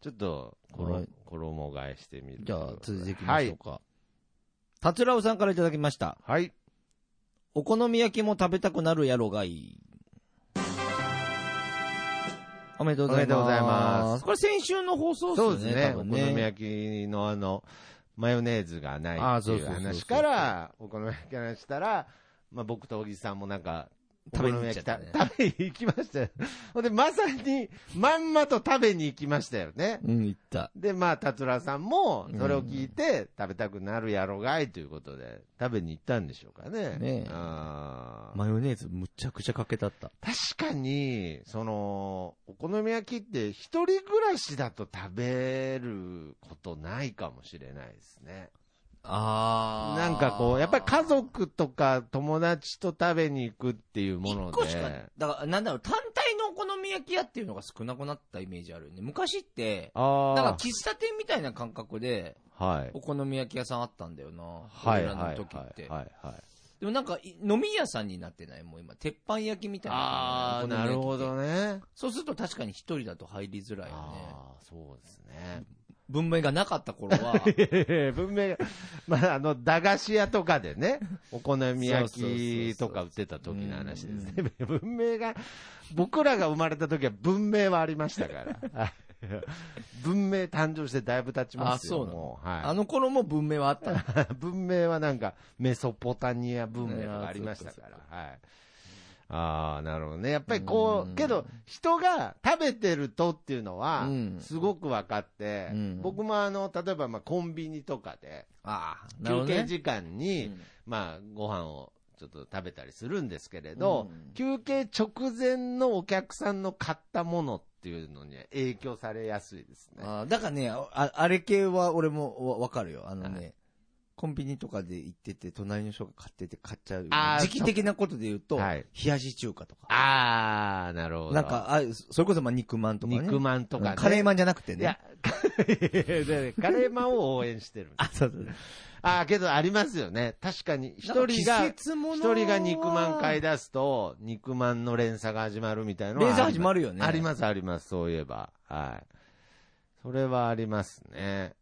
Speaker 2: ちょっと、
Speaker 1: は
Speaker 2: 衣
Speaker 1: い
Speaker 2: 衣替えしてみる。
Speaker 1: じゃあ、続いていきましょうか。たつらおさんからいただきました。
Speaker 2: はい。はい。
Speaker 1: お好み焼きも食べたくなるやろがいい。おめでとうございます。
Speaker 2: おめでとうございます
Speaker 1: これ先週の放送
Speaker 2: そう
Speaker 1: で
Speaker 2: ですす
Speaker 1: よね。
Speaker 2: ね。
Speaker 1: 多
Speaker 2: お好
Speaker 1: 分
Speaker 2: み焼きのあの、マヨネーズがない
Speaker 1: あー
Speaker 2: って
Speaker 1: そう
Speaker 2: い
Speaker 1: そううそうそう
Speaker 2: 話から、お好み焼きの話したら、まあ僕と小木さんもなんか、
Speaker 1: 食べに行っちゃったね
Speaker 2: お好み焼き食べに行きましたよ。 <laughs> ほんで、まさに、まんまと食べに行きましたよね。
Speaker 1: うん、行った。
Speaker 2: で、まあ、達郎さんも、それを聞いて、食べたくなるやろがいということで、食べに行ったんでしょうかね。
Speaker 1: ねえ
Speaker 2: あー
Speaker 1: マヨネーズむちゃくちゃかけたった。
Speaker 2: 確かに、その、お好み焼きって、一人暮らしだと食べることないかもしれないですね。
Speaker 1: あー。
Speaker 2: なんかこう、やっぱり家族とか友達と食べに行くっていうもの
Speaker 1: 一個しか
Speaker 2: で。、
Speaker 1: だからなんだろう、単体のお好み焼き屋っていうのが少なくなったイメージあるよね。昔って、
Speaker 2: あ
Speaker 1: なんか
Speaker 2: あ
Speaker 1: 喫茶店みたいな感覚で、
Speaker 2: はい。
Speaker 1: お好み焼き屋さんあったんだよな。
Speaker 2: は
Speaker 1: 俺
Speaker 2: いはい
Speaker 1: ら
Speaker 2: は
Speaker 1: の
Speaker 2: い
Speaker 1: 時って。
Speaker 2: はいはい。
Speaker 1: でもなんか、い飲み屋さんになってないもう今、鉄板焼きみたいな。
Speaker 2: ああ、なるほど
Speaker 1: ね。
Speaker 2: ね。
Speaker 1: そうすると確かに一人だと入りづらいよね。
Speaker 2: ああ、そうですね。
Speaker 1: 文明がなかった頃
Speaker 2: <laughs>
Speaker 1: は、
Speaker 2: ええ文明が、まあ、あの、駄菓子屋とかでね、お好み焼きとか売ってた時の話ですね。文明が、僕らが生まれた時は文明はありましたから。
Speaker 1: <laughs>
Speaker 2: はい文明誕生してだいぶ経ちますよ。
Speaker 1: あそうなの
Speaker 2: もうはい
Speaker 1: あの頃も文明はあったの。
Speaker 2: 文明はなんか、メソポタニア文明とかありましたから。はい。ああ、なるほどね。やっぱりこ
Speaker 1: う
Speaker 2: う、
Speaker 1: ん
Speaker 2: けど、人が食べてるとっていうのは
Speaker 1: うん、
Speaker 2: すごく分かって
Speaker 1: うん、
Speaker 2: 僕もあの、例えばまあコンビニとかで、
Speaker 1: ああ、なるほ
Speaker 2: 休
Speaker 1: ど、ね。
Speaker 2: 憩時間
Speaker 1: う
Speaker 2: に
Speaker 1: ん、
Speaker 2: まあ、ご飯をちょっと食べたりするんですけれど
Speaker 1: うん、
Speaker 2: 休憩直前のお客さんの買ったものっていうのに影響されやすいですね。
Speaker 1: あーだからね、ああれ系は俺もわわかるよ。あのね、コンビニとかで行ってて、隣の人が買ってて買っちゃう
Speaker 2: あ。ー
Speaker 1: 時期的なことで言うと、
Speaker 2: はい
Speaker 1: 冷やし中華とか。
Speaker 2: ああ、なるほど。
Speaker 1: なんか、あそれこそまあ肉まんとかね。
Speaker 2: 肉まんとかね
Speaker 1: カレーまんじゃなくて
Speaker 2: い
Speaker 1: ね。
Speaker 2: や、でカレーマンを応援してるんです。
Speaker 1: あ、そうそう。
Speaker 2: ああ、けどありますよね。確かに、一人が、一人が肉まん買い
Speaker 1: だ。
Speaker 2: 出すと、肉まんの連鎖が始まるみたいなのは
Speaker 1: 連鎖始まるよね。
Speaker 2: あります、あります、そういえば。はい。それはありますね。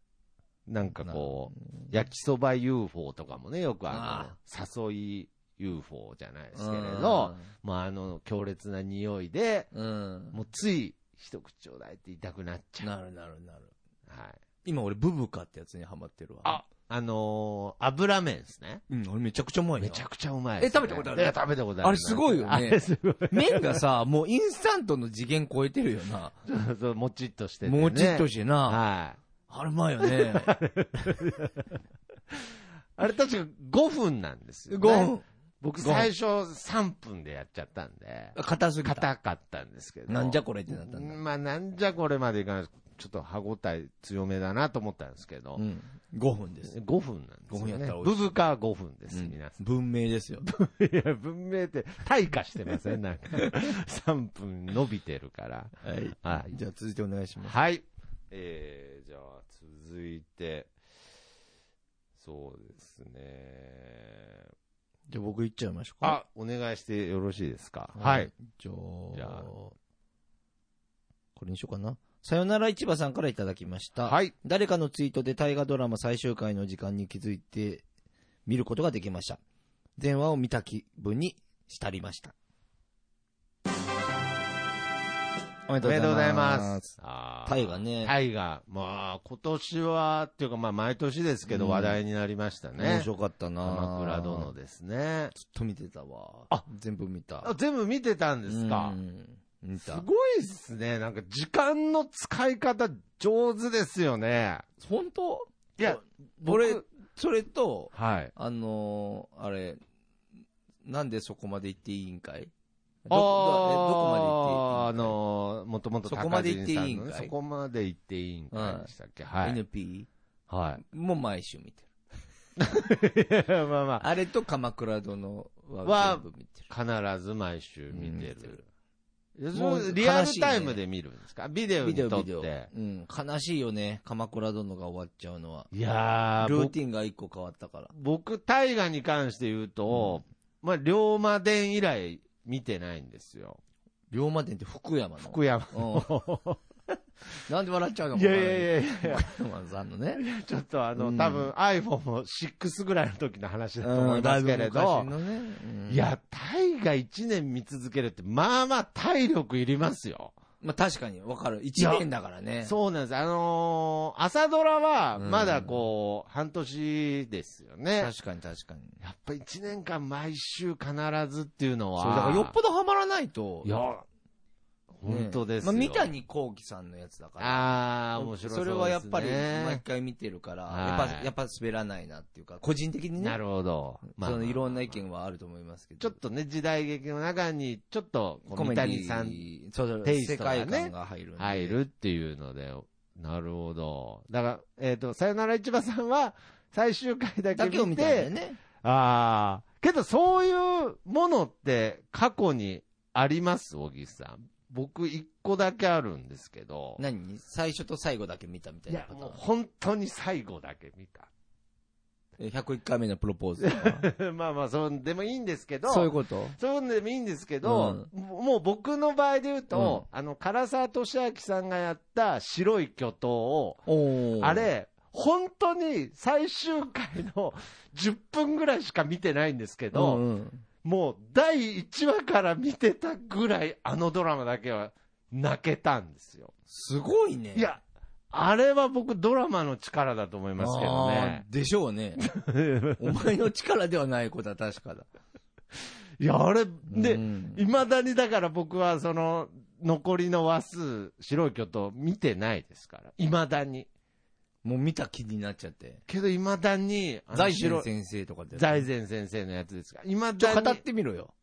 Speaker 2: なんかこう、焼きそば UFO とかもね、よくあの、誘い UFO じゃないですけれど、まああの、強烈な匂いで、
Speaker 1: うん。うん。
Speaker 2: もうつい、一口ちょうだいって言いたくなっちゃう。
Speaker 1: なるなるなる。
Speaker 2: はい。
Speaker 1: 今俺、ブブカってやつにハマってるわ。
Speaker 2: あ、あのー油麺ですね。
Speaker 1: うん、俺めちゃくちゃうまいな
Speaker 2: めちゃくちゃうまいですね、
Speaker 1: え食べたことある
Speaker 2: いや食べたことある。
Speaker 1: あれすごいよね
Speaker 2: あれすごい。
Speaker 1: 麺がさ、もうインスタントの次元超えてるよな。
Speaker 2: そうそう、もちっとしててね。
Speaker 1: もちっと
Speaker 2: して。
Speaker 1: してな。
Speaker 2: はい。
Speaker 1: あれうまいよ
Speaker 2: <laughs>
Speaker 1: ね。
Speaker 2: あれ確か5分なんですよ、
Speaker 1: 5 <laughs>
Speaker 2: ね。
Speaker 1: 分。
Speaker 2: 僕
Speaker 1: ご
Speaker 2: 最初3分でやっちゃったんで、
Speaker 1: 硬すぎた。
Speaker 2: 硬かったんですけど。
Speaker 1: なんじゃこれってなったんだ。
Speaker 2: まあなんじゃこれまでいかないです。ちょっと歯応え強めだなと思ったんですけど
Speaker 1: う、ん。5分です。
Speaker 2: 5分なんです
Speaker 1: 五
Speaker 2: よ、
Speaker 1: 分
Speaker 2: ね。
Speaker 1: やったら美味
Speaker 2: ブ
Speaker 1: しい
Speaker 2: ブカは5分です、
Speaker 1: うん
Speaker 2: 皆さん。
Speaker 1: 文明ですよ。
Speaker 2: いや、文明って、退化して
Speaker 1: <laughs>
Speaker 2: ませんなんか。3分伸びてるから。
Speaker 1: はい。
Speaker 2: はい。
Speaker 1: じゃあ続いてお願いします。
Speaker 2: はい。えー、じゃあ、続いて、そうですね。
Speaker 1: じゃあ僕行っちゃいましょうか。
Speaker 2: あ、お願いしてよろしいですか。はい。。
Speaker 1: じゃあ、
Speaker 2: じゃあ
Speaker 1: これにしようかな。さよなら市場さんからいただきました。
Speaker 2: はい。
Speaker 1: 誰かのツイートで大河ドラマ最終回の時間に気づいて見ることができました。前話を見た気分に浸りました。おめ
Speaker 2: おめでとうございます。。
Speaker 1: タイ
Speaker 2: 大
Speaker 1: がね、
Speaker 2: タイが、まあ、今年は、っていうか、まあ、毎年ですけ
Speaker 1: う
Speaker 2: ど、
Speaker 1: ん
Speaker 2: 話題になりました
Speaker 1: 面
Speaker 2: ね。
Speaker 1: 白かったな
Speaker 2: 鎌倉殿ですね。
Speaker 1: ずっと見てたわ。
Speaker 2: あ
Speaker 1: 全部見た。
Speaker 2: あ、全部見てたんですか
Speaker 1: う。ん見
Speaker 2: す
Speaker 1: た。
Speaker 2: ごいですね。なんか、時間の使い方、上手ですよね。
Speaker 1: 本当
Speaker 2: いや、
Speaker 1: 俺
Speaker 2: 僕、
Speaker 1: それと、
Speaker 2: はい。
Speaker 1: あのーあれ、なんでそこまで行っていいんかいど
Speaker 2: あ
Speaker 1: こど
Speaker 2: あ
Speaker 1: え
Speaker 2: ー、あ
Speaker 1: どこ
Speaker 2: のー、もともと
Speaker 1: そこま
Speaker 2: 高
Speaker 1: で行っ
Speaker 2: 尻
Speaker 1: てい
Speaker 2: さ
Speaker 1: い
Speaker 2: ん
Speaker 1: ん
Speaker 2: の
Speaker 1: か
Speaker 2: ね
Speaker 1: い
Speaker 2: そこまで行っていいんかいでしたっけは
Speaker 1: まで
Speaker 2: い。
Speaker 1: 行っていいんかい ?NP?
Speaker 2: は
Speaker 1: もう毎週見てる。
Speaker 2: い。 <laughs> まあまあ、
Speaker 1: あれと鎌倉殿は
Speaker 2: は
Speaker 1: 全部見てる。
Speaker 2: 必ず毎週見て
Speaker 1: うん見てる
Speaker 2: る。いや
Speaker 1: もう
Speaker 2: それリア
Speaker 1: 悲しいね
Speaker 2: ルタイムで見るんですかビデオ
Speaker 1: ビ
Speaker 2: に
Speaker 1: デオ、
Speaker 2: 撮っ
Speaker 1: ビデオ。う
Speaker 2: て。
Speaker 1: ん。悲しいよね。鎌倉殿が終わっちゃうのは。
Speaker 2: いや
Speaker 1: ルー
Speaker 2: ー、
Speaker 1: ティンが一個変わったから。
Speaker 2: 僕、大河に関して言うと、まあ、龍馬伝以来見てないんですよ。
Speaker 1: 龍馬伝って福山の。
Speaker 2: 福山。
Speaker 1: うん。なんで笑っちゃうの
Speaker 2: いやいやいや
Speaker 1: <laughs>
Speaker 2: いや、
Speaker 1: 福山さんのね。
Speaker 2: ちょっとあ
Speaker 1: う
Speaker 2: の、
Speaker 1: ん
Speaker 2: 多分 iPhone も6ぐらいの時の話だと思いますけれ
Speaker 1: う
Speaker 2: ど
Speaker 1: ん、だいぶ昔のねうん
Speaker 2: いや、大河1年見続けるって、まあまあ体力いりますよ。
Speaker 1: まあ確かにわかる。1年だからね。
Speaker 2: そうなんです。あのー朝ドラは、
Speaker 1: うん
Speaker 2: まだこう、半年ですよね。
Speaker 1: 確かに確かに。
Speaker 2: やっぱ1年間毎週必ずっていうのは。
Speaker 1: そう、だからよっぽどハマらないと。
Speaker 2: いや、本当です
Speaker 1: ま
Speaker 2: よ。
Speaker 1: あ三谷幸喜さんのやつだから。
Speaker 2: ああ、面白い、
Speaker 1: れはやっぱり毎
Speaker 2: ね、
Speaker 1: 回見てるから、
Speaker 2: はい
Speaker 1: やっぱ、やっぱ滑らないなっていうか、個人的にね。
Speaker 2: なるほど。
Speaker 1: そのいろんな意見はあると思いますけど。
Speaker 2: ちょっとね、時代劇の中に、ちょっと、こう三谷さん
Speaker 1: そうそう
Speaker 2: テイストがね
Speaker 1: 世界観が入るんで。
Speaker 2: 入るっていうので、なるほど。だから、えっ、と、さよなら市場さんは、最終回だけ
Speaker 1: だ
Speaker 2: 見
Speaker 1: け
Speaker 2: て、
Speaker 1: を見たんだよね。
Speaker 2: ああ。けど、そういうものって過去にあります小木さん。僕、一個だけあるんですけど。
Speaker 1: 何最初と最後だけ見たみた
Speaker 2: い
Speaker 1: いな
Speaker 2: や、
Speaker 1: パタ
Speaker 2: もう本当に最後だけ見
Speaker 1: ーン。101回目のプロポーズとか。
Speaker 2: た。 <laughs> まあまあ、そうでもいいんですけど。
Speaker 1: そういうこと
Speaker 2: そういうのでもいいんですけど、もうもう僕の場合で言うと、あの、唐沢俊明さんがやった白い巨頭を、
Speaker 1: おー
Speaker 2: あれ、本当に最終回の10分ぐらいしか見てないんですけど、
Speaker 1: うんうん
Speaker 2: もう第1話から見てたぐらい、あのドラマだけは泣けたんですよ。
Speaker 1: すごいね。
Speaker 2: いや、あれは僕、ドラマの力だと思いますけどね。
Speaker 1: あーでしょうね。お前の力ではないことは確かだ。
Speaker 2: <laughs> いや、あれ、
Speaker 1: う
Speaker 2: で、
Speaker 1: ん
Speaker 2: いまだにだから僕は、その、残りの話数、白い巨頭見てないですから。いまだに。
Speaker 1: もう見た気になっちゃって。
Speaker 2: けど、いまだに、あの
Speaker 1: 財前
Speaker 2: 白い
Speaker 1: 先生とかで。
Speaker 2: 財前先生のやつですから。いま
Speaker 1: ちょ
Speaker 2: だ
Speaker 1: っと
Speaker 2: に
Speaker 1: 語っ。てみろよ。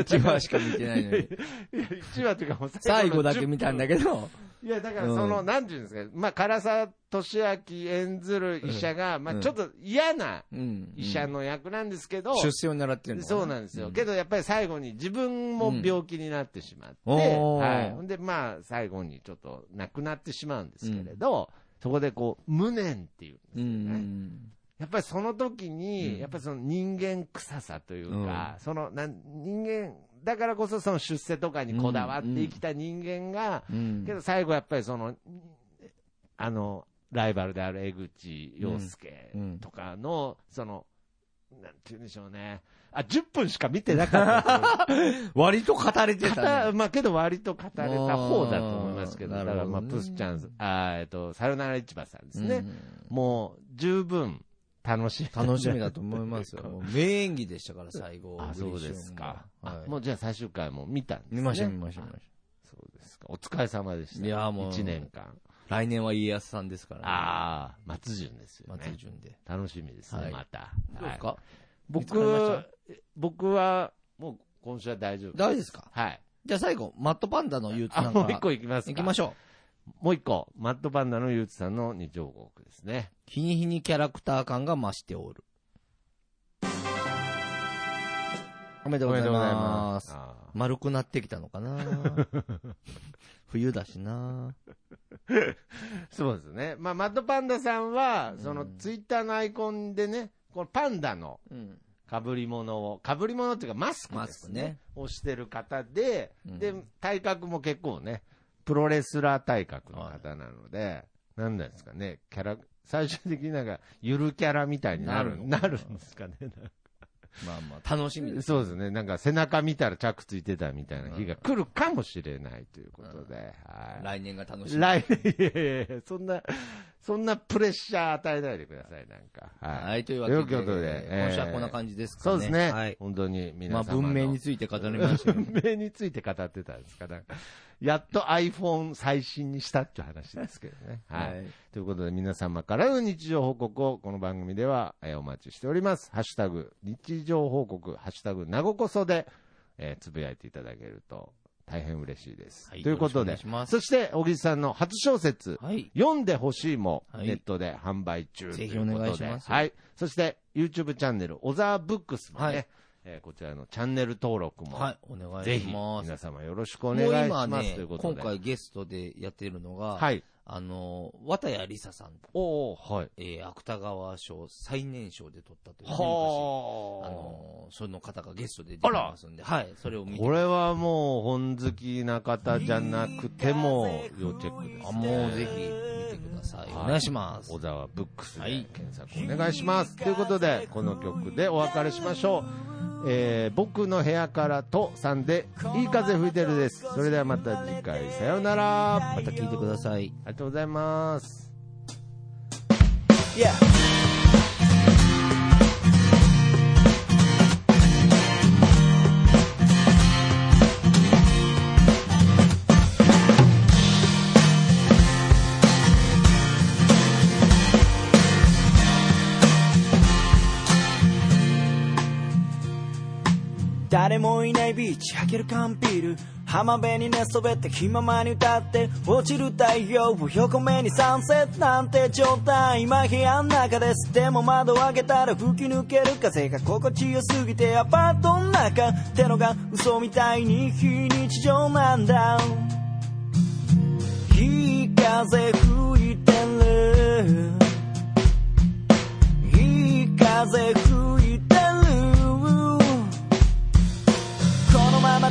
Speaker 1: 一話しか見てないのに。
Speaker 2: <laughs> いや一話というかもう
Speaker 1: 最後
Speaker 2: の
Speaker 1: だけ見たんだけど。
Speaker 2: いや、だからその、
Speaker 1: うん
Speaker 2: なんていうんですか、まあ、唐沢俊明演ずる医者が、まあ、
Speaker 1: うん
Speaker 2: ちょっと嫌な
Speaker 1: うん
Speaker 2: 医者の役なんですけど、
Speaker 1: 出世を習ってるのか
Speaker 2: そうなんですよ。
Speaker 1: う
Speaker 2: けど、やっぱり最後に自分も病気になってしまって、
Speaker 1: うんおー
Speaker 2: はい。ほんで、まあ、最後にちょっと亡くなってしまうんですけれど、そこでこう、無念っていうんです
Speaker 1: う
Speaker 2: よね。
Speaker 1: ん。
Speaker 2: やっぱりその時に、
Speaker 1: うん
Speaker 2: やっぱりその人間臭さというか、そのなん人間、だからこそその出世とかにこだわって生きた人間が、
Speaker 1: うん
Speaker 2: けど、最後やっぱりその、あの、ライバルである江口洋介
Speaker 1: うん
Speaker 2: とかの、その、なんて言うんでしょうね。あ、10分しか見てなか
Speaker 1: <laughs>
Speaker 2: ったんです
Speaker 1: 割と語れて
Speaker 2: よ。
Speaker 1: た
Speaker 2: 片
Speaker 1: ね。
Speaker 2: まあけど割と語れた方だと思いますけど、
Speaker 1: あー
Speaker 2: だからま
Speaker 1: な
Speaker 2: あ、
Speaker 1: るほどね
Speaker 2: プスちゃん、あーえっと、さよなら市場さんです
Speaker 1: う
Speaker 2: ね。
Speaker 1: ん
Speaker 2: もう、十分楽しい。
Speaker 1: 楽しみだと思いますよ。もう名演技でしたから、最後。
Speaker 2: あ、そうですか。あ
Speaker 1: はい
Speaker 2: もうじゃあ最終回も見たんですね。
Speaker 1: 見ました、見ました、見まし
Speaker 2: そうですか。お疲れ様でした。
Speaker 1: いやーもう
Speaker 2: 1年間。
Speaker 1: た。来年は家康さんですからね。
Speaker 2: ああ、松潤ですよね。
Speaker 1: 松潤で。
Speaker 2: 楽しみですね、
Speaker 1: はい
Speaker 2: また。
Speaker 1: どうです
Speaker 2: はい
Speaker 1: か見つかりま
Speaker 2: 僕、僕は、もう今週は大丈夫。
Speaker 1: 大丈夫ですか
Speaker 2: はい。
Speaker 1: じゃあ最後、マットパンダの憂鬱
Speaker 2: あ、
Speaker 1: なん
Speaker 2: も
Speaker 1: か
Speaker 2: う一個いきますか。
Speaker 1: 行きましょう。
Speaker 2: もう一個。マッドパンダのゆうつさんの日常報告ですね。
Speaker 1: 日に日にキャラクター感が増しておる。おめでとうございます。
Speaker 2: あー
Speaker 1: 丸くなってきたのか
Speaker 2: <laughs>
Speaker 1: な冬だしな
Speaker 2: そうですね。まあ、マッドパンダさんは、その
Speaker 1: うん
Speaker 2: ツイッターのアイコンでね、このパンダの
Speaker 1: うん。
Speaker 2: 被り物を、被り物っていうかマスク
Speaker 1: マ
Speaker 2: で
Speaker 1: ス
Speaker 2: す
Speaker 1: ク
Speaker 2: ね。
Speaker 1: ね
Speaker 2: をしてる方で、
Speaker 1: うん
Speaker 2: で、体格も結構ね、プロレスラー体格の方なので、なんなんですかね、キャラ、最終的になんか、ゆるキャラみたいになる、な
Speaker 1: なる
Speaker 2: る
Speaker 1: の
Speaker 2: んですかね。
Speaker 1: まあまあ、楽しみです。
Speaker 2: そうですね、なんか背中見たら着ついてたみたいな日が来るかもしれないということで、はい。
Speaker 1: 来年が楽しみ。
Speaker 2: 来年、いやいやいや、そんな、そんなプレッシャー与えないでください、なんか。はい。
Speaker 1: はい、というわけで。
Speaker 2: ということでえー
Speaker 1: 今週はこんな感じですかね。
Speaker 2: そうですね、
Speaker 1: はい。
Speaker 2: 本当に皆
Speaker 1: まあ、
Speaker 2: 様の、
Speaker 1: 文明について語りま
Speaker 2: <laughs>
Speaker 1: したけど
Speaker 2: 文明について語ってたんですか、なんかやっと iPhone 最新にしたっていう話ですけどね。はい。
Speaker 1: はい。
Speaker 2: ということで、皆様からの日常報告をこの番組ではえーお待ちしております。ハッシュタグ、日常報告、ハッシュタグ、なごこそで、えーつぶやいていただけると大変嬉しいです。
Speaker 1: はい
Speaker 2: ということで
Speaker 1: よろしくお願いしま、す
Speaker 2: そして、小木さんの初小説、
Speaker 1: はい。
Speaker 2: 読んでほしいも、
Speaker 1: はい
Speaker 2: ネットで販売中と
Speaker 1: ぜ
Speaker 2: いうことで。
Speaker 1: ひお願いします
Speaker 2: はい。そして、YouTube チャンネル、小沢ブックスもね、
Speaker 1: はい
Speaker 2: えーこちらのチャンネル登録も、
Speaker 1: はい、お願
Speaker 2: ぜ
Speaker 1: い
Speaker 2: ひ
Speaker 1: します。
Speaker 2: 皆様よろしくお願いします。
Speaker 1: もう今ね、
Speaker 2: ということ
Speaker 1: 今
Speaker 2: で。
Speaker 1: 回ゲストでやってるのが、
Speaker 2: はい。
Speaker 1: あの、綿谷りささん、
Speaker 2: おおはい。
Speaker 1: えー、芥川賞最年少で取ったという、
Speaker 2: は
Speaker 1: あ
Speaker 2: あ
Speaker 1: の、その方がゲストで出てますんで、はい、それを見て。
Speaker 2: これはもう本好きな方じゃなくても要チェックです、ね。
Speaker 1: あもうぜひ見てください。お願いします。
Speaker 2: 小沢ブックスで
Speaker 1: はい
Speaker 2: 検索お願いします。ということで、この曲でお別れしましょう。えー僕の部屋からとさんで、いい風吹いてるです。それではまた次回、さようなら。あ
Speaker 1: また聞いてください。
Speaker 2: りがとうございます。
Speaker 3: Yeah.「誰もいないビーチ開ける缶ビール」「浜辺に寝そべって気ままに歌って」「落ちる太陽を横目にサンセットなんて状態」「今部屋の中です」「でも窓を開けたら吹き抜ける風が心地よすぎて」「アパートの中ってのが嘘みたいに非日常なんだ」「いい風吹いてる」「いい風吹いてる」このまま